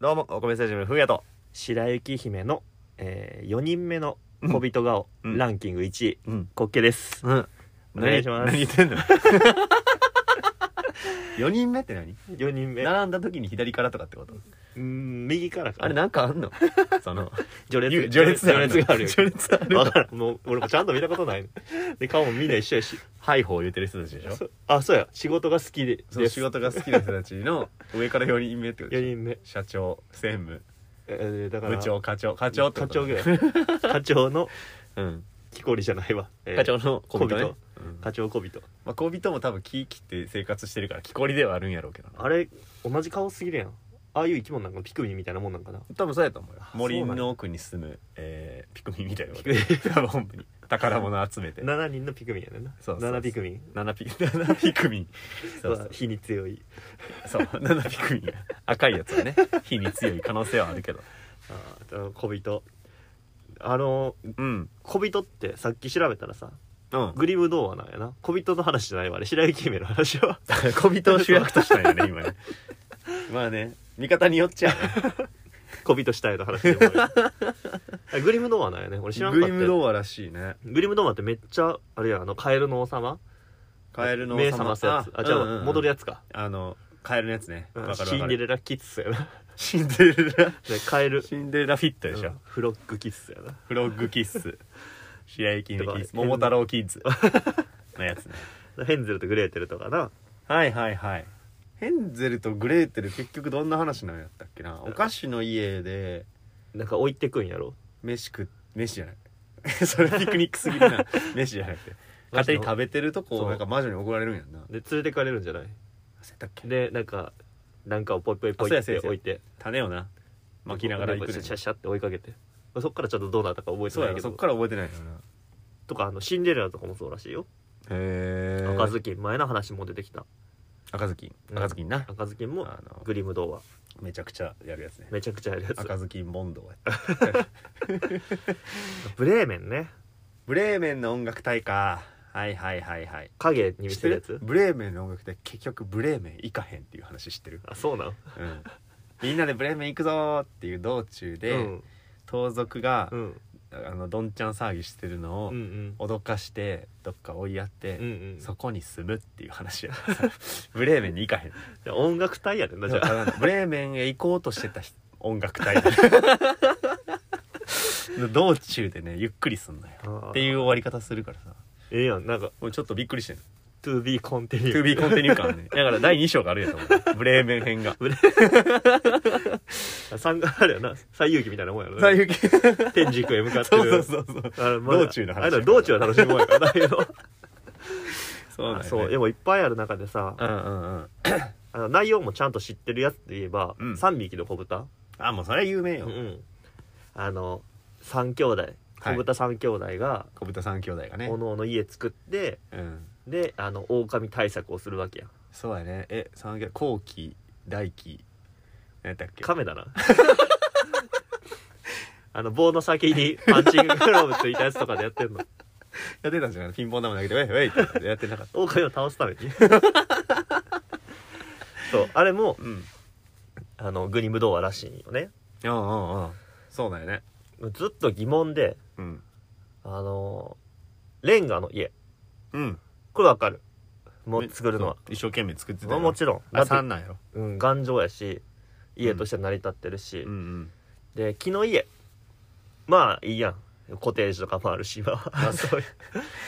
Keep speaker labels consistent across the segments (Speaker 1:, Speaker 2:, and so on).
Speaker 1: どうもお米スタジアムのふうやと
Speaker 2: 白雪姫の、えー、4人目の小人顔、
Speaker 1: うん
Speaker 2: ランキング1位
Speaker 1: うん
Speaker 2: 滑稽です
Speaker 1: うん
Speaker 2: お願いします
Speaker 1: 何言 ってんの4人目って何
Speaker 2: 4人目
Speaker 1: 並んだ時に左からとかってこと
Speaker 2: うん右からか
Speaker 1: あれなんかあんの その
Speaker 2: 序 列
Speaker 1: 序列
Speaker 2: 序列がある
Speaker 1: 序列ある
Speaker 2: わからんもう俺もちゃんと見たことないで顔もみんな 一緒やし
Speaker 1: ハイホー言ってる人たちでしょ
Speaker 2: そあそうや仕事が好きで
Speaker 1: その仕事が好きな人たちの上から4人目ってこと
Speaker 2: 4
Speaker 1: でしょ
Speaker 2: 人目
Speaker 1: 社長専務
Speaker 2: えー、だから
Speaker 1: 部長課長課長って
Speaker 2: 課
Speaker 1: こと
Speaker 2: 長ぐらい 課長の
Speaker 1: うん
Speaker 2: 木こりじゃないわ、えー
Speaker 1: 課長の小人ね
Speaker 2: 小
Speaker 1: うん
Speaker 2: 課長小人
Speaker 1: まあ小人も多分木切って生活してるから木こりではあるんやろうけどな
Speaker 2: あれ同じ顔すぎるやんああいう生き物なんかピクミンみたいなもんなんかな
Speaker 1: 多分そうやと思うよ
Speaker 2: あ
Speaker 1: 森
Speaker 2: そうなんや
Speaker 1: の奥に住む、え ーピクミンみたいなこと
Speaker 2: ピ
Speaker 1: 多分本部に宝物集 めて
Speaker 2: 7人のピクミンやねんな
Speaker 1: そうそうそう
Speaker 2: 7ピクミン
Speaker 1: 7ピ ,7 ピクミンそうそ
Speaker 2: は
Speaker 1: う
Speaker 2: 火に強い
Speaker 1: そう7ピクミンや赤いやつは ね火に強い可能性はあるけど
Speaker 2: あーあと小人あの
Speaker 1: うん
Speaker 2: 小人ってさっき調べたらさ
Speaker 1: うん
Speaker 2: グリム童話なんやな小人の話じゃないわあれ白雪姫の話は
Speaker 1: 小人を主役としたんやね今ね まあね見方によっちゃ、ね、
Speaker 2: 小人したいの話でもあれグリム童話なんやね俺知らんか
Speaker 1: グ
Speaker 2: った
Speaker 1: リム童話らしいね
Speaker 2: グリム童話ってめっちゃあれやあのカエルの王様
Speaker 1: カエルの
Speaker 2: 目覚ますやつあじゃあ、戻る
Speaker 1: や
Speaker 2: やつか
Speaker 1: あのカエルのやつねわかるわ
Speaker 2: シ
Speaker 1: か
Speaker 2: ンデ
Speaker 1: る
Speaker 2: レラキッズやな
Speaker 1: シンデレラ
Speaker 2: でカエル
Speaker 1: シンデレラフィットでしょ、
Speaker 2: うんフロッグキッズやな
Speaker 1: フロッグキッス白雪姫キッ
Speaker 2: と
Speaker 1: ス
Speaker 2: か
Speaker 1: 桃太郎キッ ズのやつね
Speaker 2: ヘンゼルとグレーテルとかな
Speaker 1: はいはいはいヘンゼルとグレーテル結局どんな話なんやったっけなお菓子の家で
Speaker 2: なんか置いてくんやろ
Speaker 1: 飯食っ飯じゃない それピクニックすぎる な飯じゃなくて
Speaker 2: マ
Speaker 1: 勝
Speaker 2: ジ
Speaker 1: 手
Speaker 2: の
Speaker 1: に食べてるとこ
Speaker 2: そう
Speaker 1: をなんか魔女に怒られるんやんな
Speaker 2: で連れてかれるんじゃない
Speaker 1: 焦ったっけ
Speaker 2: でなんかなんかをポイポイポイ
Speaker 1: あ
Speaker 2: っ
Speaker 1: そう
Speaker 2: て
Speaker 1: やそうや
Speaker 2: 置いて
Speaker 1: 種をな巻きながら行くね
Speaker 2: シャ
Speaker 1: ん
Speaker 2: シャシャって追いかけてそっからちょっとどうなったか覚えて
Speaker 1: そう
Speaker 2: な
Speaker 1: や
Speaker 2: い
Speaker 1: ろ
Speaker 2: け
Speaker 1: そ
Speaker 2: ど
Speaker 1: っから覚えてないよな
Speaker 2: とかあのシンデレラとかもそうらしいよ
Speaker 1: へ
Speaker 2: 赤ずきん前の話も出てきた
Speaker 1: 赤ずきん
Speaker 2: うん
Speaker 1: 赤ずきんな
Speaker 2: 赤ずきんも
Speaker 1: あの
Speaker 2: グリム童話
Speaker 1: めちゃくちゃやるやつね
Speaker 2: めちゃくちゃやるやつ
Speaker 1: 赤ずきんボンドをやって
Speaker 2: ブレーメンね
Speaker 1: ブレーメンの音楽隊かはいはいはいはい
Speaker 2: 影に見
Speaker 1: 知っ
Speaker 2: せ
Speaker 1: て
Speaker 2: るや
Speaker 1: る
Speaker 2: つ
Speaker 1: ブレーメンの音楽隊結局ブレーメン行かへんっていう話知ってる、
Speaker 2: あそうなの
Speaker 1: うん、みんなでブレーメン行くぞーっていう道中で、
Speaker 2: うん
Speaker 1: 盗賊が
Speaker 2: う、ん
Speaker 1: あのどんちゃん騒ぎしてるの
Speaker 2: う
Speaker 1: を
Speaker 2: ん
Speaker 1: 脅かしてどっか追いやって、
Speaker 2: うんうん
Speaker 1: そこに住むっていう話 やブレーメンに行かへん
Speaker 2: じゃあ音楽隊やねんなじゃ
Speaker 1: だ
Speaker 2: あ
Speaker 1: からブレーメンへ行こうとしてた 人音楽隊の道中でねゆっくりすんのよ っていう終わり方するからさ
Speaker 2: ええやんなんか
Speaker 1: もうちょっとびっくりしてんの
Speaker 2: 「To be continued」
Speaker 1: To be continue 感あるね。だから第2章があるやと思う。ブレーメン編が。
Speaker 2: 三があれやな西遊記みたいなもんやろ な
Speaker 1: 最悪。
Speaker 2: 天竺へ向かって
Speaker 1: そう
Speaker 2: る
Speaker 1: そうそうそう。
Speaker 2: あれまだ
Speaker 1: 道中の話
Speaker 2: あれだ道中は楽しむもんや からだけど
Speaker 1: そう
Speaker 2: あ
Speaker 1: だ
Speaker 2: そうで
Speaker 1: よね。
Speaker 2: もいっぱいある中でさ
Speaker 1: うんうんうん。
Speaker 2: あの内容もちゃんと知ってるやつで言えば
Speaker 1: うん
Speaker 2: 3匹の子豚
Speaker 1: あ、もうそれは有名
Speaker 2: う
Speaker 1: よ。
Speaker 2: んあの3兄弟子豚3兄弟が
Speaker 1: 小豚三兄弟がね
Speaker 2: お。のおの家作って
Speaker 1: うん。
Speaker 2: であの狼対策をするわけや
Speaker 1: そうやね。え、三兄弟、後期、大期、何やったっけ
Speaker 2: 亀だな あの棒の先にパンチンググローブついたやつとかでやってんの
Speaker 1: やってたんじゃないピンポン玉投げて、ウェイウェイってやってやってなかった。
Speaker 2: 狼を倒す ためにそうあれも
Speaker 1: うん。
Speaker 2: あのグリム童話らしいよね
Speaker 1: うんうんうん。そうだよね。
Speaker 2: ずっと疑問で
Speaker 1: うん。
Speaker 2: あのレンガの家
Speaker 1: うん。
Speaker 2: これわかるもう作るのは
Speaker 1: そう。一生懸命作ってた
Speaker 2: まあ
Speaker 1: よ。
Speaker 2: もちろんだ
Speaker 1: あ、
Speaker 2: って
Speaker 1: 三なんやろ。
Speaker 2: うん、頑丈やし家として成り立ってるし、
Speaker 1: うんうん。
Speaker 2: で木の家まあいいやんコテージとかもあるしまあ そういう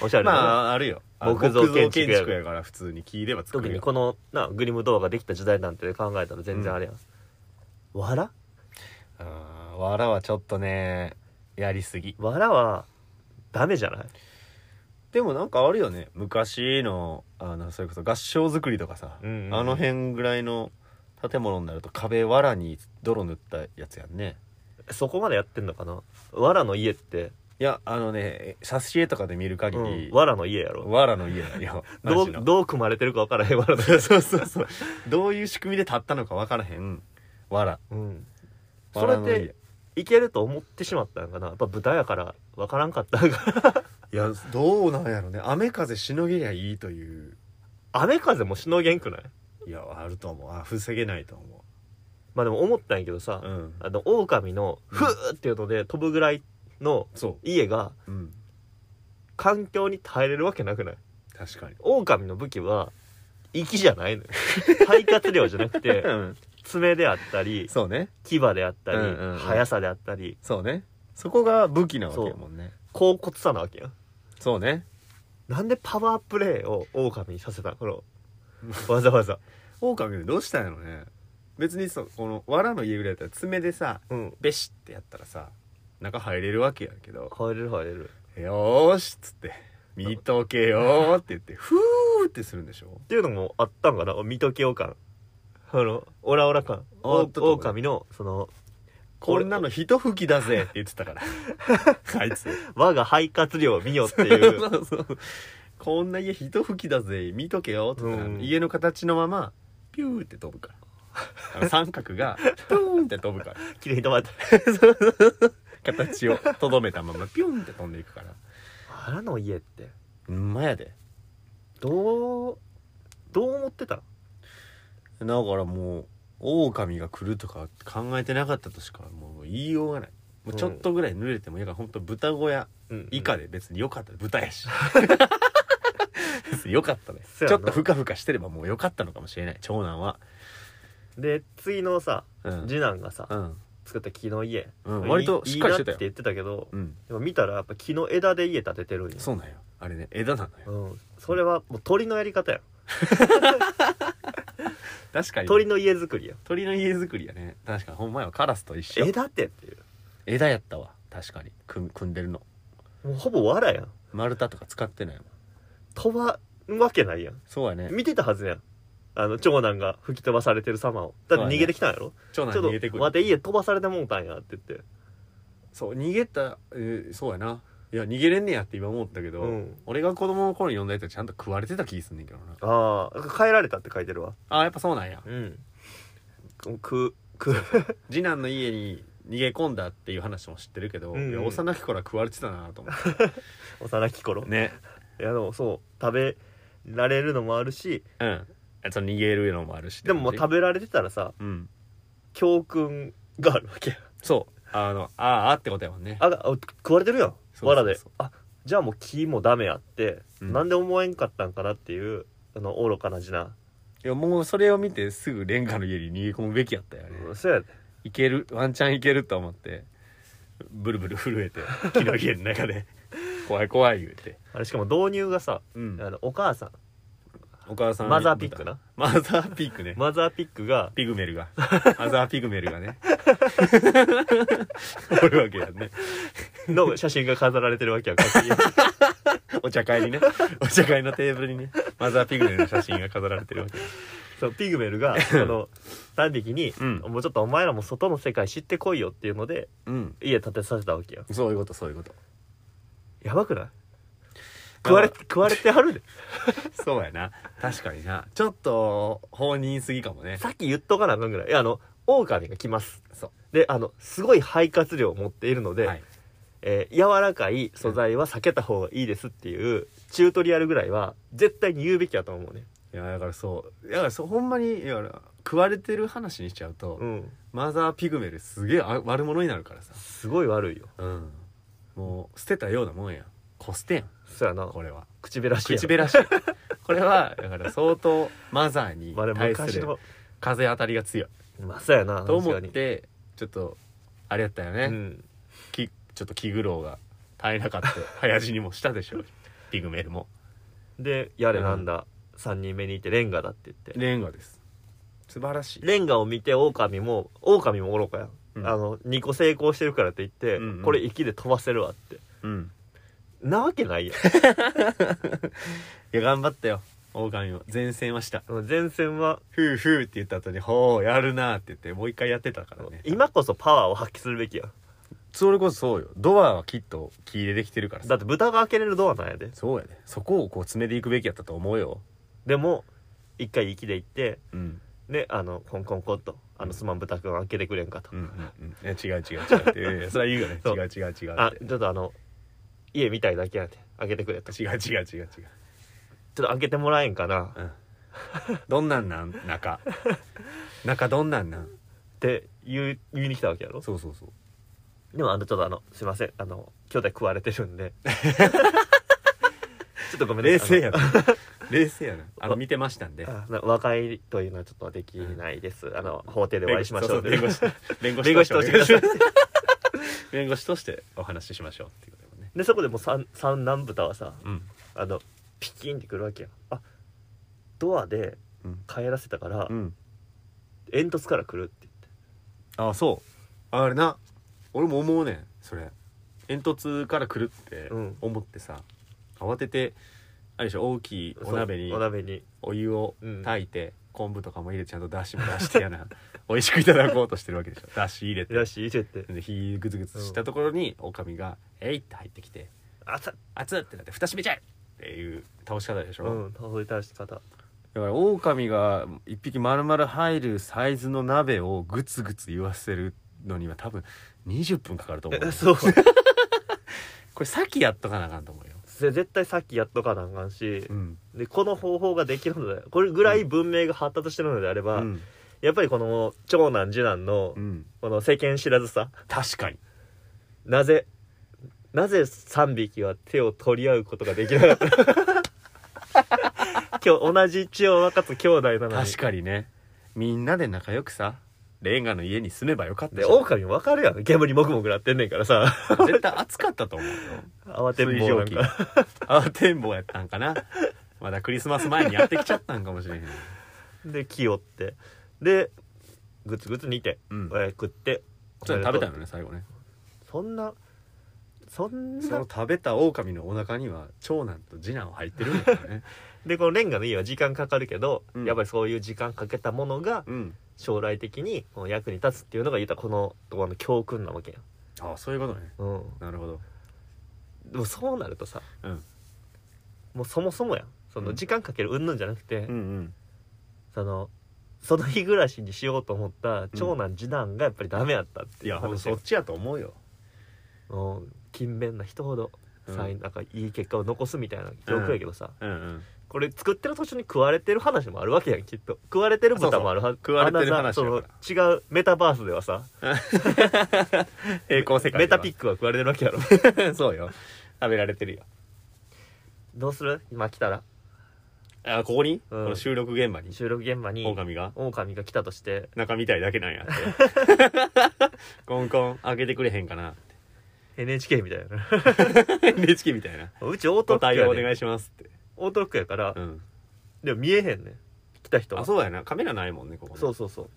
Speaker 2: おしゃれな、
Speaker 1: まあ、あるよ。あ
Speaker 2: 木造建築や
Speaker 1: 木造やから普通に木では作
Speaker 2: 特
Speaker 1: る
Speaker 2: に
Speaker 1: よ。
Speaker 2: このなグリム動画ができた時代なんて考えたら全然あれやん、わら
Speaker 1: あーわらはちょっとねやりすぎ
Speaker 2: わらはダメじゃない
Speaker 1: でもなんかあるよね昔のあのそれこそ合掌造りとかさ、
Speaker 2: うんうんうん
Speaker 1: あの辺ぐらいの建物になると壁わらに泥塗ったやつやんね
Speaker 2: そこまでやってんのかなわらの家って、
Speaker 1: いやあのね挿絵とかで見る限り、
Speaker 2: わらの家やろ
Speaker 1: わらの家だ よ
Speaker 2: ど
Speaker 1: マジ
Speaker 2: う
Speaker 1: の
Speaker 2: どう組まれてるか分からへんわ らの
Speaker 1: そうそうそうどういう仕組みで建ったのかわからへんわら
Speaker 2: うんそ
Speaker 1: わ
Speaker 2: れ
Speaker 1: ら
Speaker 2: っ
Speaker 1: の家
Speaker 2: ていけると思ってしまったんかなやっぱ豚やから分からんかったん か
Speaker 1: いやどうなんやろね雨風しのげりゃいいという
Speaker 2: 雨風もしのげんくない
Speaker 1: いやあると思うあ防げないと思う
Speaker 2: まあでも思ったんやけどさ、
Speaker 1: うん
Speaker 2: あの狼の「ふー」っていうので飛ぶぐらいの
Speaker 1: そ
Speaker 2: 家が
Speaker 1: ううん
Speaker 2: 環境に耐えれるわけなくない
Speaker 1: 確かに
Speaker 2: 狼の武器は息じゃな いのよ肺活量じゃなくて
Speaker 1: うん
Speaker 2: 爪であったり
Speaker 1: そうね
Speaker 2: 牙であったり、
Speaker 1: うんうんうん
Speaker 2: 速さであったり
Speaker 1: そうねそこが武器なわけやもんね
Speaker 2: 甲骨さなわけやん
Speaker 1: そうね
Speaker 2: なんでパワープレイを狼にさせたのこのわざわざ
Speaker 1: 狼でどうしたんやろね別にそうこの藁の家ぐらいやったら爪でさ
Speaker 2: うん
Speaker 1: ベシってやったらさ中入れるわけやけど
Speaker 2: 入れる入れる
Speaker 1: 「よーし」っつって「見とけよ」って言って「ふー」ってするんでしょ
Speaker 2: っていうのもあったんかな見とけよう感あのオラオラ感
Speaker 1: ああったと思う
Speaker 2: オオカミのその
Speaker 1: こんなの一吹きだぜって言ってた からあいつ
Speaker 2: 我が肺活量を見よって
Speaker 1: そ
Speaker 2: いうう
Speaker 1: そうそうこんな家一吹きだぜ見とけよって言ったら、
Speaker 2: うん
Speaker 1: 家の形のままピューって飛ぶからあの三角がピューンって飛ぶから
Speaker 2: 綺麗に止まった
Speaker 1: 形をとどめたままピューンって飛んでいくから
Speaker 2: 腹の家って
Speaker 1: うんまやで
Speaker 2: どうどう思ってた
Speaker 1: だからもう狼が来るとか考えてなかったとしかもう言いようがないもうちょっとぐらい濡れてもいいから本当豚小屋
Speaker 2: うん
Speaker 1: 以下で別に良かった豚やし別に良か ったねち
Speaker 2: そ
Speaker 1: ょ
Speaker 2: やな
Speaker 1: っとふかふかしてればもう良かったのかもしれない長男は
Speaker 2: で次のさ
Speaker 1: うん
Speaker 2: 次男がさ
Speaker 1: うん
Speaker 2: 作った木の家
Speaker 1: うん割としっかりしてたよ
Speaker 2: いいなって言ってたけど
Speaker 1: うん
Speaker 2: でも見たらやっぱ木の枝で家建ててるんや
Speaker 1: そうなんよあれね枝なのよ
Speaker 2: うん、それはもう鳥のやり方や
Speaker 1: 確かに
Speaker 2: 鳥
Speaker 1: 鳥
Speaker 2: の家作りや
Speaker 1: 鳥の家作りやね確かにほんまやカラスと一緒
Speaker 2: 枝ってっていう
Speaker 1: 枝やったわ確かに組組んでるの
Speaker 2: もうほぼ藁やん
Speaker 1: 丸太とか使ってないもん
Speaker 2: 飛ばんわけないやん
Speaker 1: そうやね
Speaker 2: 見てたはずやんあの長男が吹き飛ばされてる様をだって逃げてきたんやろ、
Speaker 1: 長
Speaker 2: ち
Speaker 1: 男
Speaker 2: ょ
Speaker 1: 逃げて
Speaker 2: っ
Speaker 1: く
Speaker 2: と
Speaker 1: る
Speaker 2: 待って家飛ばされてもうたんやって言って
Speaker 1: そう逃げた、えーそうやないや逃げれんねやって今思ったけど、
Speaker 2: うん
Speaker 1: 俺が子供の頃に呼んだやつはちゃんと食われてた気すんねんけどな
Speaker 2: ああ帰られたって書いてるわ
Speaker 1: あーやっぱそうなんや
Speaker 2: うんくく
Speaker 1: 次男の家に逃げ込んだっていう話も知ってるけど、
Speaker 2: うんうん
Speaker 1: いや幼き頃は食われてたなと思っ
Speaker 2: 幼き頃
Speaker 1: てね
Speaker 2: いやでもそう食べられるのもあるし
Speaker 1: うんその逃げるのもあるし
Speaker 2: でももう食べられてたらさ
Speaker 1: うん
Speaker 2: 教訓があるわけや
Speaker 1: そうあのあーあーってことやもんね
Speaker 2: ああ食われてるやん
Speaker 1: そうそうそう
Speaker 2: 藁であじゃあもう木もダメやって、
Speaker 1: うん
Speaker 2: なんで思えんかったんかなっていうあの愚かな字な、
Speaker 1: いやもうそれを見てすぐレンガの家に逃げ込むべきやったよね、
Speaker 2: うんそうやで
Speaker 1: いけるワンチャンいけると思ってブルブル震えて木の家の中 で怖い怖い言うて、
Speaker 2: あれしかも導入がさ、
Speaker 1: うん
Speaker 2: あのお母さん
Speaker 1: お母さん
Speaker 2: マザーピックな
Speaker 1: マザーピッ クね
Speaker 2: マザーピックが
Speaker 1: ピグメル がマザーピグメルがねおるわけやね
Speaker 2: の写真が飾られてるわけやから
Speaker 1: お茶会にねお茶会のテーブルにねマザーピグメルの写真が飾られてるわけ
Speaker 2: そうピグメルがその丹匹に、
Speaker 1: うん
Speaker 2: もうちょっとお前らも外の世界知ってこいよ」っていうので
Speaker 1: うん
Speaker 2: 家建てさせたわけや
Speaker 1: そういうことそういうこと
Speaker 2: やばくない食われ
Speaker 1: まあ
Speaker 2: 食われてはるで
Speaker 1: そうやな確かになちょっと放任すぎかもね
Speaker 2: さっき言っとかなあかんぐらいいやあの狼が来ます
Speaker 1: そう
Speaker 2: であのすごい肺活量を持っているので、
Speaker 1: はい
Speaker 2: えー柔らかい素材は避けた方がいいですっていうチュートリアルぐらいは絶対に言うべきだと思うね
Speaker 1: いやだからそうだからそうほんまにいや食われてる話にしちゃうと、
Speaker 2: うん
Speaker 1: マザーピグメルすげえあ悪者になるからさ
Speaker 2: すごい悪いよ
Speaker 1: うんもう捨てたようなもんやんこすてん
Speaker 2: そうやな
Speaker 1: これは
Speaker 2: 口べらしいや
Speaker 1: 口べらしいこれはだから相当マザーに
Speaker 2: まあでも
Speaker 1: 対す
Speaker 2: 昔
Speaker 1: る
Speaker 2: の
Speaker 1: 風当たりが強い
Speaker 2: まあそうやな
Speaker 1: と思っ
Speaker 2: 確か
Speaker 1: てちょっとあれやったよね、
Speaker 2: にうん
Speaker 1: きちょっと気苦労が絶えなかった早死にもしたでしょピグメルも
Speaker 2: でやれなんだ、三3人目にいてレンガだって言って
Speaker 1: レンガです素晴らしい
Speaker 2: レンガを見て狼も狼も愚かやん、
Speaker 1: うん
Speaker 2: あの2個成功してるからって言って、
Speaker 1: うんうん
Speaker 2: これ息で飛ばせるわって
Speaker 1: うん
Speaker 2: なわけないやん
Speaker 1: いや頑張ったよ狼を前線はした
Speaker 2: あの前線は
Speaker 1: 「ふうふう」って言った後に「ほうやるな」って言ってもう一回やってたからね
Speaker 2: 今こそパワーを発揮するべきやん
Speaker 1: それこそそうよドアはきっと気入れできてるから
Speaker 2: だ
Speaker 1: さ
Speaker 2: って豚が開けれるドアなんやで
Speaker 1: そうやねそこをこう詰めていくべきやったと思うよ
Speaker 2: でも一回息で行って
Speaker 1: うん
Speaker 2: であのコンコンコンと「あのすまん豚くん開けてくれんか」と
Speaker 1: うんうんうん、いや違う違う違うっていやいや それは言うよね違
Speaker 2: そ
Speaker 1: う
Speaker 2: う
Speaker 1: 違う違
Speaker 2: 「
Speaker 1: う
Speaker 2: あ
Speaker 1: って
Speaker 2: ちょっとあの家みたいだけやで開けてくれ」と「ちょ
Speaker 1: 違う違う違う違う、
Speaker 2: っと開けてもらえんかな
Speaker 1: うん、どんなんなん中中どんなんなん
Speaker 2: って言う言いに来たわけやろ
Speaker 1: そうそうそう
Speaker 2: でもあのちょっとあのすいませんあの兄弟食われてるん でちょっとごめん
Speaker 1: 冷
Speaker 2: なさい
Speaker 1: 静やな 冷静やなあの見てましたんで
Speaker 2: あのあな和解というのはちょっとできないです、あの法廷でお会いしましょう
Speaker 1: 弁護そうそう弁護士
Speaker 2: 弁護士としてください
Speaker 1: 弁護士としてお話ししましょうっていうことでね
Speaker 2: でそこでもう三三男豚はさ
Speaker 1: うん
Speaker 2: あのピキンってくるわけやんあドアで
Speaker 1: うん
Speaker 2: 帰らせたから、
Speaker 1: うん
Speaker 2: 煙突から来るって
Speaker 1: ああそうあれな俺も思うねんそれ煙突から来るって
Speaker 2: うん
Speaker 1: 思ってさ、慌ててあれでしょ大きい
Speaker 2: 言って
Speaker 1: お鍋に
Speaker 2: そうお鍋に
Speaker 1: お湯を
Speaker 2: うん
Speaker 1: 炊いて、昆布とかも入れてちゃんとだしも出してやな 美味しくいただこうとしてるわけでしょだし入れて
Speaker 2: らしい入れて
Speaker 1: で火グツグツしたところにおかみが「えい!」って入ってきて
Speaker 2: 「あさ
Speaker 1: 「熱っ!」ってなって「蓋閉めちゃえ!」っていう倒し方でしょ、
Speaker 2: うん倒いたし方
Speaker 1: だからオオカミが一匹丸々入るサイズの鍋をグツグツ言わせるのには多分20分かかると思う
Speaker 2: えそう
Speaker 1: これ先やっとかなあかんと思うよ
Speaker 2: それ絶対さっきやっとかなあかんし
Speaker 1: う、ん、
Speaker 2: でこの方法ができるのでこれぐらい文明が発達してるのであれ
Speaker 1: う
Speaker 2: ば、
Speaker 1: ん
Speaker 2: やっぱりこの長男次男の
Speaker 1: うん、
Speaker 2: この世間知らずさ
Speaker 1: 確かに
Speaker 2: なぜなぜ3匹は手を取り合うことができなかった 今日同じ血を分かつ兄弟なのに
Speaker 1: 確かにねみんなで仲良くさレンガの家に住めばよかった
Speaker 2: で
Speaker 1: じゃん
Speaker 2: 狼も分かるやん煙もくもくなってんねんからさ
Speaker 1: 絶対暑かったと思うよ
Speaker 2: 慌てん
Speaker 1: 水
Speaker 2: ぼうな
Speaker 1: 蒸気
Speaker 2: んか
Speaker 1: あ展望やったんかなまだクリスマス前にやってきちゃったんかもしれへん、
Speaker 2: で木折ってでグツグツ煮て、
Speaker 1: うん
Speaker 2: えー食って
Speaker 1: それ食べたのね最後ね
Speaker 2: そんなそん
Speaker 1: そ
Speaker 2: な
Speaker 1: の食べた狼のお腹には長男と次男は入ってるんだからね
Speaker 2: でこのレンガの家は時間かかるけど、
Speaker 1: うん
Speaker 2: やっぱりそういう時間かけたものが
Speaker 1: うん
Speaker 2: 将来的にこう役に立つっていうのが言ったらこのこの教訓なわけや
Speaker 1: ああそういうことね
Speaker 2: ん、うん、
Speaker 1: なるほど
Speaker 2: でもそうなるとさ
Speaker 1: うん
Speaker 2: もうそもそもやんそうの
Speaker 1: ん
Speaker 2: 時間かける云々じゃなくて、
Speaker 1: うんうん
Speaker 2: そのその日暮らしにしようと思った長男次男がやっぱりダメやったっ
Speaker 1: い
Speaker 2: ていう
Speaker 1: やほんと
Speaker 2: 話
Speaker 1: そっちやと思うよ
Speaker 2: もう勤勉な人ほど、
Speaker 1: うん
Speaker 2: 才なんかいい結果を残すみたいな教訓やけどさ、
Speaker 1: うんうん
Speaker 2: これ作ってる途中に食われてる話もあるわけやんきっと食われてる豚もあるは
Speaker 1: そうそう食われてる話
Speaker 2: あ
Speaker 1: や
Speaker 2: の
Speaker 1: か
Speaker 2: さその違うメタバースではさ
Speaker 1: 平行世界
Speaker 2: メタピ
Speaker 1: ッ
Speaker 2: ックは食われてるわけやろ
Speaker 1: ク そうよ食べられてるよ
Speaker 2: どうする今来たら
Speaker 1: あここに、
Speaker 2: うん
Speaker 1: この収録現場に
Speaker 2: 収録現場に
Speaker 1: 狼が
Speaker 2: 狼が来たとして
Speaker 1: 中見たいだけなんやって コンコン開けてくれへんか な
Speaker 2: NHK みたいな
Speaker 1: NHK みたいな
Speaker 2: うちオ
Speaker 1: ご
Speaker 2: ートロック
Speaker 1: 対
Speaker 2: や
Speaker 1: 応お
Speaker 2: ね
Speaker 1: 願
Speaker 2: ん
Speaker 1: いしますって、
Speaker 2: オートロックやから、
Speaker 1: うん、
Speaker 2: でも見えへんねん来た人は
Speaker 1: あそうやなカメラないもんねここね
Speaker 2: そうそうそう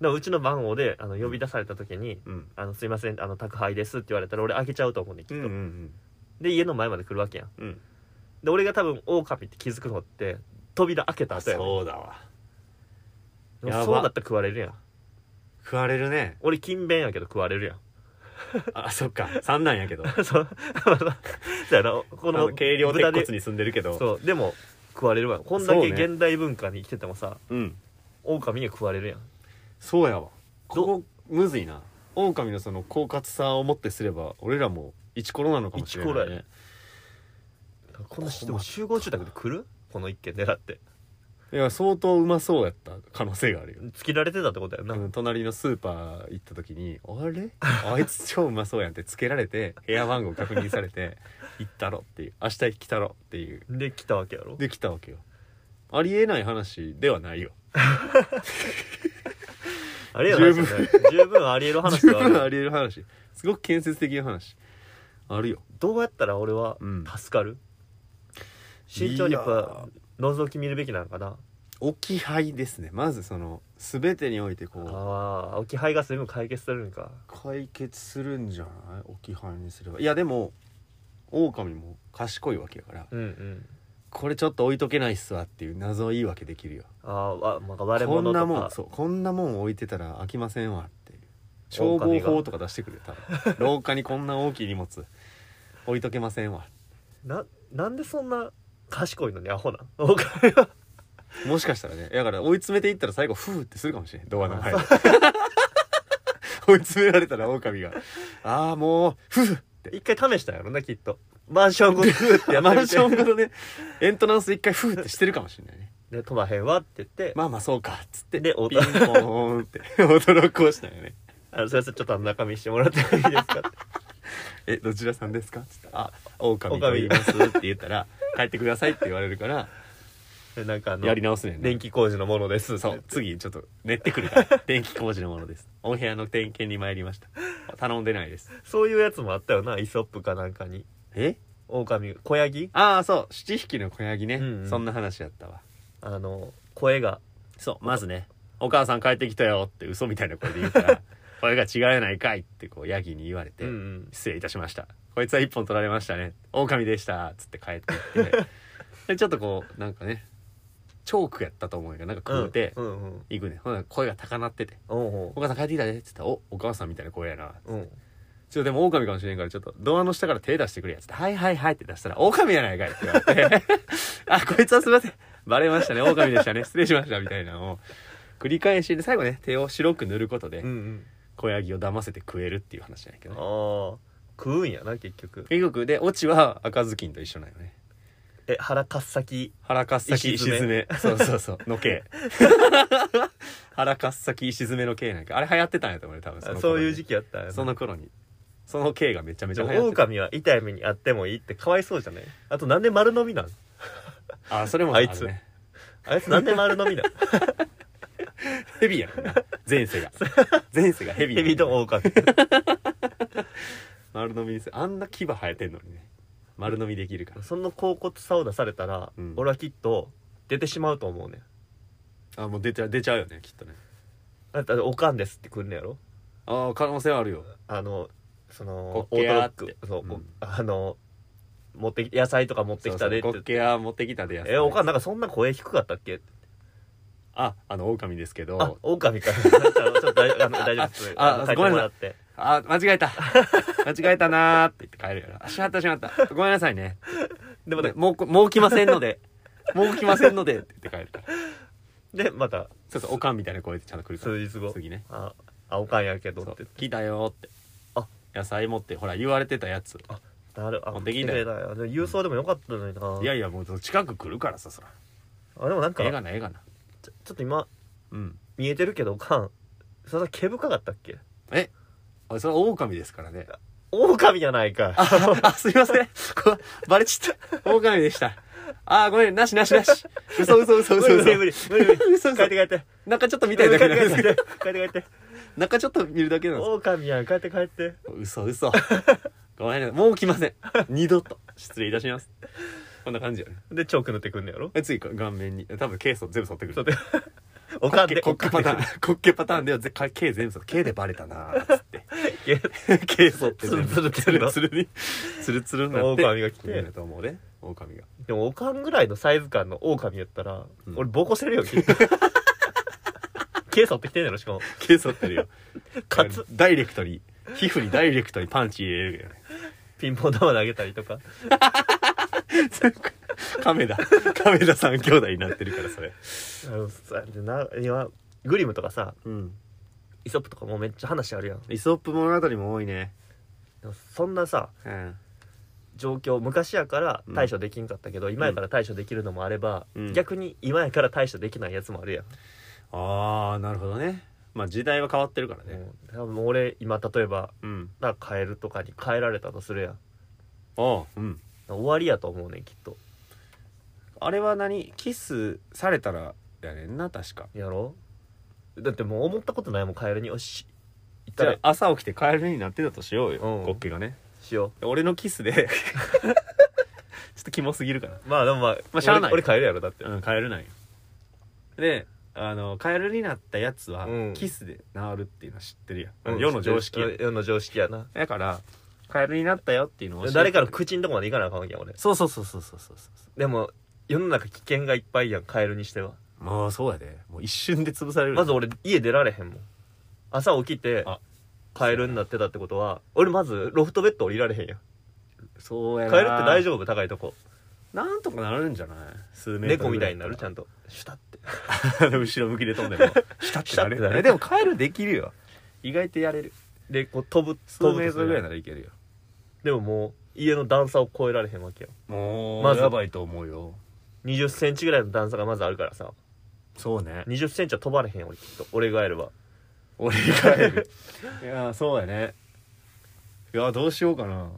Speaker 2: だからうちの番号であの呼び出された時に「
Speaker 1: うん
Speaker 2: あのすいませんあの宅配です」って言われたら俺開けちゃうと思うねんき
Speaker 1: う
Speaker 2: っ
Speaker 1: ん
Speaker 2: と、
Speaker 1: うんうん
Speaker 2: で家の前まで来るわけやん
Speaker 1: うん
Speaker 2: で俺が多分狼って気づくのって扉開けた後やねん
Speaker 1: そうだわ
Speaker 2: でも
Speaker 1: やば
Speaker 2: そうだったら食われるやん
Speaker 1: 食われるね
Speaker 2: 俺勤勉やけど食われるやん
Speaker 1: あそっか三男やけど
Speaker 2: そう そうやなこ
Speaker 1: こ
Speaker 2: の
Speaker 1: の軽量
Speaker 2: 豚
Speaker 1: 鉄骨
Speaker 2: で
Speaker 1: に住んでるけどう、
Speaker 2: そうでも食われるわこんだけ
Speaker 1: そうね
Speaker 2: 現代文化に生きててもさ
Speaker 1: ん、
Speaker 2: 狼には食われるやん
Speaker 1: そうやわここむずいな狼のその狡猾さをもってすれば俺らも一コロなのかもしれない
Speaker 2: 一コロや
Speaker 1: ね
Speaker 2: こんなし
Speaker 1: 困った
Speaker 2: 集合住宅で来るこの一軒狙って
Speaker 1: いや相当うまそうやった可能性があるよ
Speaker 2: つけられてたってことやんな、
Speaker 1: うん隣のスーパー行った時に「あれあいつ超うまそうやん」って つけられて部屋番号確認され て「行ったろ」っていう「明日来たろ」っていう
Speaker 2: で来たわけやろ
Speaker 1: できたわけよありえない話ではないよ
Speaker 2: あれや
Speaker 1: 十
Speaker 2: 十
Speaker 1: 分
Speaker 2: 分十分ありえる話
Speaker 1: 十
Speaker 2: ではあ
Speaker 1: 分
Speaker 2: る
Speaker 1: ありえる話すごく建設的な話あるよ
Speaker 2: どうやったら俺は
Speaker 1: うん
Speaker 2: 助かる、慎重にやっ
Speaker 1: いや
Speaker 2: ぱ覗き見るべきなのかな
Speaker 1: 置き配ですねまずその全てにおいてこう
Speaker 2: ああ置き配が全部解決するんか
Speaker 1: 解決するんじゃない置き配にすればいやでも狼も賢いわけやから
Speaker 2: うんうん
Speaker 1: これちょっと置いとけないっすわっていう謎を言い訳できるよ
Speaker 2: ああわなんか割れ
Speaker 1: こ
Speaker 2: 物
Speaker 1: ん
Speaker 2: と
Speaker 1: な
Speaker 2: か
Speaker 1: もんそうこんなもん置いてたら飽きませんわっていう消防法とか出してくるよ多分廊下にこんな大きい荷物置いとけませんわ
Speaker 2: ななんでそんな賢いのにアホなんおか
Speaker 1: もしかしたらねだから追い詰めていったら最後フーってするかもしれんドアの前で 追い詰められたら狼がああもうフーって
Speaker 2: 一回試したんやろなきっとマンションごとグーってやって
Speaker 1: マン
Speaker 2: み
Speaker 1: ショ
Speaker 2: て
Speaker 1: ンごとねエントランス一回フーってしてるかもしれないね
Speaker 2: で飛ばへんわって言って、
Speaker 1: まあまあそうかっつって
Speaker 2: でお
Speaker 1: ピンポーンって驚こうしたよね
Speaker 2: あの、すいません、ちょっとあの中身してもらってもいいですかって。
Speaker 1: えどちらさんですかっつってあ狼と
Speaker 2: 狼
Speaker 1: 言いますって言ったら帰ってくださいって言われるから
Speaker 2: でなんかあの、
Speaker 1: やり直すねんな
Speaker 2: 電気工事のものです。
Speaker 1: そう次ちょっと練ってくるから電気工事のものですお部屋の点検に参りました頼んでないです
Speaker 2: そういうやつもあったよな、イソップかなんかに。
Speaker 1: え
Speaker 2: 狼、小ヤギ
Speaker 1: ああそう七匹の小ヤギね、
Speaker 2: うんうん
Speaker 1: そんな話やったわ
Speaker 2: あの、声が、
Speaker 1: そうまずね「お母さん帰ってきたよ」って嘘みたいな声で言う から「声が違えないかい」ってこうヤギに言われて、
Speaker 2: うん
Speaker 1: 失礼いたしましたこいつは一本取られましたね狼でしたっつって帰っていって でちょっとこうなんかねチョークやったと思うんやけどなんか
Speaker 2: うん。
Speaker 1: 食うて
Speaker 2: うんうん。
Speaker 1: 行くね、ほんなら声が高鳴ってて
Speaker 2: おう
Speaker 1: 「お母さん帰ってきたね」っつったら「おお母さんみたいな声やな」
Speaker 2: おう。うん。
Speaker 1: ちょっとでも狼かもしれんからちょっとドアの下から手出してくれやつって「はいはいはい」って出したら「狼やないかい」って言われて 「あこいつはすいませんバレましたね狼でしたね失礼しました」みたいなのを繰り返しで最後ね手を白く塗ることで
Speaker 2: うんうん。
Speaker 1: 小ヤギを騙せて食えるっていう話なんやけどね
Speaker 2: ああ。食うんやな、結局。
Speaker 1: 結局でオチは赤ずきんと一緒なんよね
Speaker 2: え、腹かっさき。
Speaker 1: 腹かっさき石
Speaker 2: 石
Speaker 1: 詰
Speaker 2: 詰
Speaker 1: めそうそうそうの 刑腹かっさき石詰めの刑なんかあれ流行ってたんやと思うよ多分
Speaker 2: あそういう時
Speaker 1: 期
Speaker 2: 期やったよな
Speaker 1: その頃にその刑がめちゃめち
Speaker 2: で
Speaker 1: ゃ
Speaker 2: も
Speaker 1: 流行ってた
Speaker 2: 狼は痛い目にあってもいいってかわいそうじゃないあとなんで丸飲みなん
Speaker 1: あそれも
Speaker 2: あ
Speaker 1: あ
Speaker 2: い
Speaker 1: い
Speaker 2: つ
Speaker 1: つ
Speaker 2: あいつなんで丸飲み なん
Speaker 1: ヘビやろな前 世が前世がヘビやね
Speaker 2: ヘ
Speaker 1: ん
Speaker 2: ビと狼
Speaker 1: 丸飲みにするあんな牙生えてんのにね丸飲みできるから
Speaker 2: その甲骨さを出されたら、
Speaker 1: うん
Speaker 2: 俺はきっと出てしまうと思うね
Speaker 1: あもう出ちゃう出ちゃうよねきっとね
Speaker 2: だっておかんですってくんねやろ
Speaker 1: ああ可能性はあるよ
Speaker 2: あのその
Speaker 1: こっけやーって
Speaker 2: そう、こ
Speaker 1: うん
Speaker 2: あの持ってき野菜とか持ってきたでって
Speaker 1: そうそう
Speaker 2: 言っ
Speaker 1: 滑
Speaker 2: て
Speaker 1: 稽は持ってきたでやつ
Speaker 2: えおかんなんかそんな声低かったっけ
Speaker 1: ああの狼ですけ
Speaker 2: あ
Speaker 1: ど
Speaker 2: 狼か ちょっと大丈夫あの大丈夫です
Speaker 1: あ
Speaker 2: の
Speaker 1: あ
Speaker 2: 書いてもらって
Speaker 1: あ、間違え た。間違えたなーって言って帰るから。あしまったしまった。ごめんなさいね。
Speaker 2: でま
Speaker 1: ね
Speaker 2: た
Speaker 1: もうこ、もう来ませんので。もう来ませんので。って言って帰るから。
Speaker 2: でまた
Speaker 1: そうそう、おかんみたいな声でちゃんと来るから。
Speaker 2: 数日後
Speaker 1: 次ね。
Speaker 2: ああおかんやけど
Speaker 1: そ
Speaker 2: っ
Speaker 1: う
Speaker 2: て。
Speaker 1: 来たよーって。
Speaker 2: あ
Speaker 1: 野菜持って、ほら、言われてたやつ。
Speaker 2: なるあ
Speaker 1: もうできない
Speaker 2: 来てくれたよでも郵送でもよかったのにない
Speaker 1: やいや、もうその近く来るからさ、そら。
Speaker 2: あでもなんか
Speaker 1: ええがな、ええがな。
Speaker 2: ちょちょっと今
Speaker 1: うん。
Speaker 2: 見えてるけどおかんそれ毛深かったっけ
Speaker 1: えあそれは狼ですからね。
Speaker 2: 狼じゃないかい
Speaker 1: あ、 あすいません。こバレちった。狼でした。あー、ごめん、なしなしなし。 嘘嘘嘘嘘嘘。
Speaker 2: 無理無理無理無理無理
Speaker 1: 嘘嘘
Speaker 2: 帰って帰って
Speaker 1: 中ちょっと見たいだけなんです
Speaker 2: 帰っ
Speaker 1: け
Speaker 2: て帰
Speaker 1: ど。
Speaker 2: って帰って帰って
Speaker 1: 中ちょっと見るだけなんです
Speaker 2: 狼やん帰って帰って
Speaker 1: 嘘嘘ごめんなさいもう来ません二度と失礼いたしますこんな感じよね
Speaker 2: でチョーク塗ってくんのやろ
Speaker 1: え次顔面に多分ケースを全部剃ってく
Speaker 2: ちょっ
Speaker 1: る
Speaker 2: とお
Speaker 1: コ
Speaker 2: か
Speaker 1: ッ
Speaker 2: ん
Speaker 1: ケ
Speaker 2: で
Speaker 1: コッケパターンコッケパターンではぜか毛全部剃って毛でバレたなーっつって 毛剃って全部
Speaker 2: ツルツル
Speaker 1: ツルツルにツルツルになって
Speaker 2: 狼が来て
Speaker 1: うんだと思うね狼が
Speaker 2: でもおかんぐらいのサイズ感の狼やったら、
Speaker 1: うん
Speaker 2: 俺ボコせるよき っと毛剃ってきてんやろしかも
Speaker 1: 毛剃ってるよ
Speaker 2: カツ
Speaker 1: ダイレクトに皮膚にダイレクトにパンチ入れるよね
Speaker 2: ピンポン玉投げたりとか
Speaker 1: 亀田亀田三兄弟になってるからそれ
Speaker 2: あのさでないやグリムとかさ
Speaker 1: うん
Speaker 2: イソップとかもめっちゃ話あるやん
Speaker 1: イソップ物語も多いね
Speaker 2: でもそんなさ
Speaker 1: うん
Speaker 2: 状況昔やから対処できんかったけど、今やから対処できるのもあれば、
Speaker 1: うん
Speaker 2: 逆に今やから対処できないやつもあるやん、
Speaker 1: ああなるほどねまあ時代は変わってるからね
Speaker 2: うん多分俺今例えば
Speaker 1: うん
Speaker 2: なんかカエルとかに変えられたとするやん
Speaker 1: ああうん
Speaker 2: 終わりやと思うねんきっと
Speaker 1: あれは何キスされたらやねんな確か
Speaker 2: やろだってもう思ったことないもんカエルによし行っ
Speaker 1: じ
Speaker 2: た
Speaker 1: ゃ
Speaker 2: ら
Speaker 1: あ朝起きてカエルになってたとしようよ、
Speaker 2: うん
Speaker 1: コッケがね
Speaker 2: しよ
Speaker 1: 俺のキスで ちょっとキモすぎるかな
Speaker 2: うまあでもまあ、
Speaker 1: まあしゃあない
Speaker 2: 俺俺カエルやろだって、
Speaker 1: うんカエルなんよであのカエルになったやつは
Speaker 2: うん
Speaker 1: キスで治るっていうのは知ってるやん、
Speaker 2: うん
Speaker 1: 世の常識や
Speaker 2: 世の常識やな
Speaker 1: だからカエルになったよっていうのを教えて
Speaker 2: 誰かの口んとこまで行かなあかんわけや俺
Speaker 1: そうそうそうそうそうそうそう
Speaker 2: でも世の中危険がいっぱいやんカエルにしては
Speaker 1: もうそうやでもう一瞬で潰される
Speaker 2: まず俺家出られへんもん朝起きて
Speaker 1: あ
Speaker 2: カエルになってたってことは俺まずロフトベッド降りられへんやん
Speaker 1: そうやな
Speaker 2: カエルって大丈夫高いとこ
Speaker 1: なんとかなるんじゃない数メート
Speaker 2: 猫
Speaker 1: ル
Speaker 2: み
Speaker 1: ぐ
Speaker 2: た
Speaker 1: ら
Speaker 2: いになるちゃんとシュタって
Speaker 1: ゃん 後ろ向きで飛んで も下ってな
Speaker 2: 下ってな
Speaker 1: る
Speaker 2: る
Speaker 1: でもカエルできるよ意外とやれる
Speaker 2: でこう飛ぶ
Speaker 1: 数
Speaker 2: 飛ぶ
Speaker 1: メートルぐらいな
Speaker 2: な
Speaker 1: らいけるよ
Speaker 2: でももう家の段差を越えられへんわけよ
Speaker 1: も
Speaker 2: まず
Speaker 1: やばいと思うよ
Speaker 2: 20センチぐらいの段差がまずあるからさ
Speaker 1: そうね
Speaker 2: 20センチは飛ばれへん俺きっと俺がやれば
Speaker 1: 俺がやるいやーそうやねいやーどうしようかな
Speaker 2: だか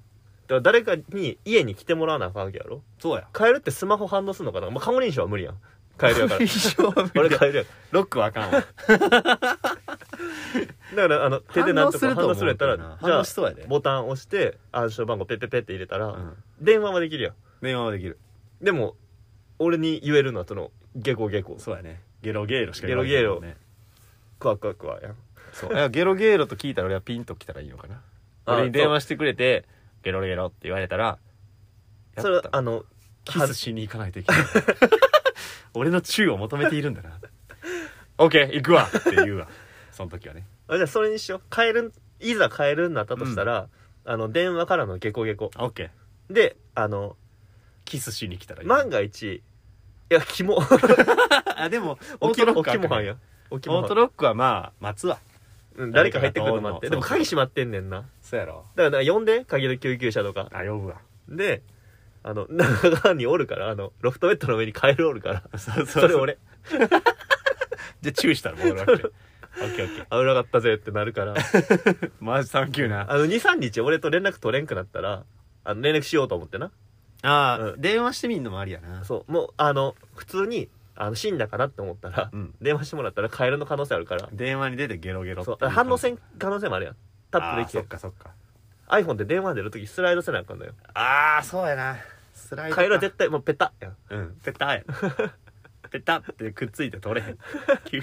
Speaker 2: ら誰かに家に来てもらわなあかんわけやろ
Speaker 1: そうや
Speaker 2: カエルってスマホ反応するのかな、まあ、顔認証は無理やんカエル やから俺
Speaker 1: 俺
Speaker 2: カ
Speaker 1: が
Speaker 2: エルやか
Speaker 1: ロックはあかんわ
Speaker 2: らだからあの手でなんとか反応するやった
Speaker 1: 反応すると思うけどな
Speaker 2: らじゃ
Speaker 1: 反
Speaker 2: あ
Speaker 1: 応しそうやで
Speaker 2: ボタン押して暗証番号ペッペッペッって入れたら、
Speaker 1: うん
Speaker 2: 電話はできるやん
Speaker 1: 電話はできる
Speaker 2: でも俺に言えるのはそのゲコゲコ
Speaker 1: そうやねゲロゲーロしか
Speaker 2: ゲロ
Speaker 1: ゲロ
Speaker 2: クワクワクワやん
Speaker 1: そういやゲロゲーロと聞いたら俺はピンときたらいいのかな
Speaker 2: あ
Speaker 1: 俺に電話してくれてゲロゲロって言われたらや
Speaker 2: そ
Speaker 1: っ
Speaker 2: れは
Speaker 1: た
Speaker 2: あの
Speaker 1: キスしに行かないとい けない俺の注意を求めているんだな OK 行くわって言うわその時はね
Speaker 2: あじゃあそれにしよう帰るいざ帰るんなったとしたら、あの電話からのゲコゲコ
Speaker 1: OK
Speaker 2: であの
Speaker 1: キスしに来たらいい、
Speaker 2: 万が一いや キモ
Speaker 1: あでも
Speaker 2: お
Speaker 1: オー
Speaker 2: き
Speaker 1: トロ
Speaker 2: お
Speaker 1: ック
Speaker 2: きもはん
Speaker 1: や
Speaker 2: やおき
Speaker 1: オ
Speaker 2: も
Speaker 1: ー
Speaker 2: は
Speaker 1: ト
Speaker 2: ん
Speaker 1: ロックはまあ待つわ
Speaker 2: うん誰か入ってくると待ってで
Speaker 1: 誰
Speaker 2: も
Speaker 1: かが通るの
Speaker 2: 鍵閉まってんねんな
Speaker 1: そうやろ
Speaker 2: だから呼んで鍵の救急車とか
Speaker 1: あ呼ぶわ
Speaker 2: であの 中川におるからあのロフトベッドの上にカエルおるから
Speaker 1: そうそう
Speaker 2: それ俺
Speaker 1: じゃあ注意したらもう俺は OK
Speaker 2: 危なかったぜってなるから
Speaker 1: マジサンキューな
Speaker 2: あの23日俺と連絡取れんくなったらあの連絡しようと思ってな
Speaker 1: あー
Speaker 2: う
Speaker 1: 電話してみんのもありやな
Speaker 2: そうもうあの普通にあの死んだかなって思ったら、
Speaker 1: うん
Speaker 2: 電話してもらったらカエルの可能性あるから
Speaker 1: 電話に出てゲロゲロって
Speaker 2: そ
Speaker 1: いう
Speaker 2: 反応せ
Speaker 1: ん
Speaker 2: ん可能性もあるやんタップでき
Speaker 1: あーそ
Speaker 2: て
Speaker 1: っかそっか
Speaker 2: iPhone って電話出るときスライドせなあかんのよ
Speaker 1: ああそうやなスライドか
Speaker 2: カエルは絶対もうペタッやん
Speaker 1: うんペタや ペタってくっついて取れへん吸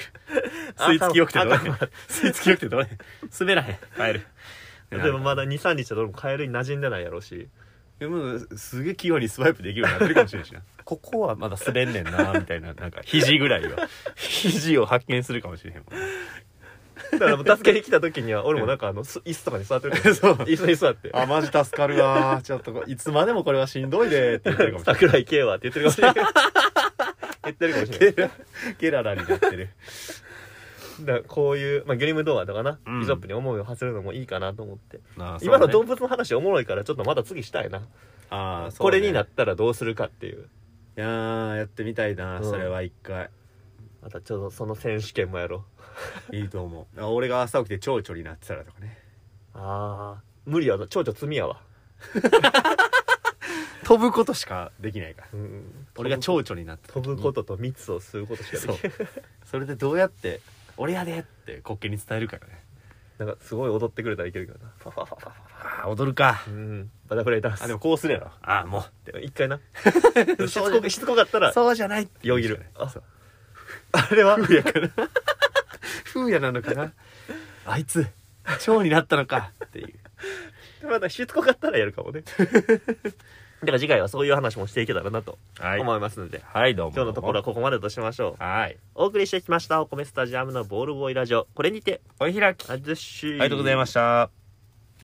Speaker 1: 吸い付きよくて取れへん
Speaker 2: 頭
Speaker 1: 吸い付きよくて取れへん 滑らへん帰 る
Speaker 2: でもまだ23日はどれもカエルに馴染んでないやろうし
Speaker 1: でもすげえ器用にスワイプできるようになってるかもしれんしなここはまだ滑んねんなみたいななんか肘ぐらい は肘を発見するかもしれへんもん
Speaker 2: だからもう助けに来た時には俺もなんかあのす椅子とかに座ってるか ら
Speaker 1: そう
Speaker 2: 椅子に座って
Speaker 1: あマジ助かるわちょっとこいつまでもこれはしんどいでって言ってるかもしれない
Speaker 2: 桜井慶はって言ってるかもしれない 言ってるかもしれない
Speaker 1: ゲラゲララになってる
Speaker 2: だからこういう、まあ、グリム童話とかな、
Speaker 1: うん
Speaker 2: イゾップに思いを馳せるのもいいかなと思って、
Speaker 1: なあそうね
Speaker 2: 今の動物の話おもろいからちょっとまた次したいな、
Speaker 1: ああそう
Speaker 2: こ
Speaker 1: ね
Speaker 2: れになったらどうするかっていう
Speaker 1: いやーやってみたいな、
Speaker 2: うん
Speaker 1: それは一回
Speaker 2: またちょっとその選手権もやろう
Speaker 1: いいと思うあ俺が朝起きて蝶々になってたらとかね
Speaker 2: ああ無理やぞ蝶々罪やわ、
Speaker 1: 飛ぶことしかできないから
Speaker 2: うん、
Speaker 1: 俺が蝶々になってた時
Speaker 2: 飛
Speaker 1: に
Speaker 2: ぶことと蜜を吸うことしかできない
Speaker 1: それでどうやって「俺やで!」って滑稽に伝えるからね
Speaker 2: なんかすごい踊ってくれたらいけるけどなファファファファフ
Speaker 1: ああ踊るか
Speaker 2: ァうんバタフライダンス
Speaker 1: あでもこうするやろああもうって
Speaker 2: 一 回なしつ
Speaker 1: そう
Speaker 2: こくしつこかったら
Speaker 1: そうじゃないって
Speaker 2: よぎるあ
Speaker 1: そう
Speaker 2: あれは
Speaker 1: 風やかな風やなのかなあいつ蝶になったのかっていう
Speaker 2: まだしつこかったらや るかもねだから次回はそういう話もしていけたらなと
Speaker 1: は
Speaker 2: 思いますので、
Speaker 1: はいどうも
Speaker 2: 今日のところはここまでとしましょう
Speaker 1: はい
Speaker 2: お送りしてきましたお米スタジアムのボールボーイラジオこれにて
Speaker 1: お開き
Speaker 2: あずし
Speaker 1: ありがとうございました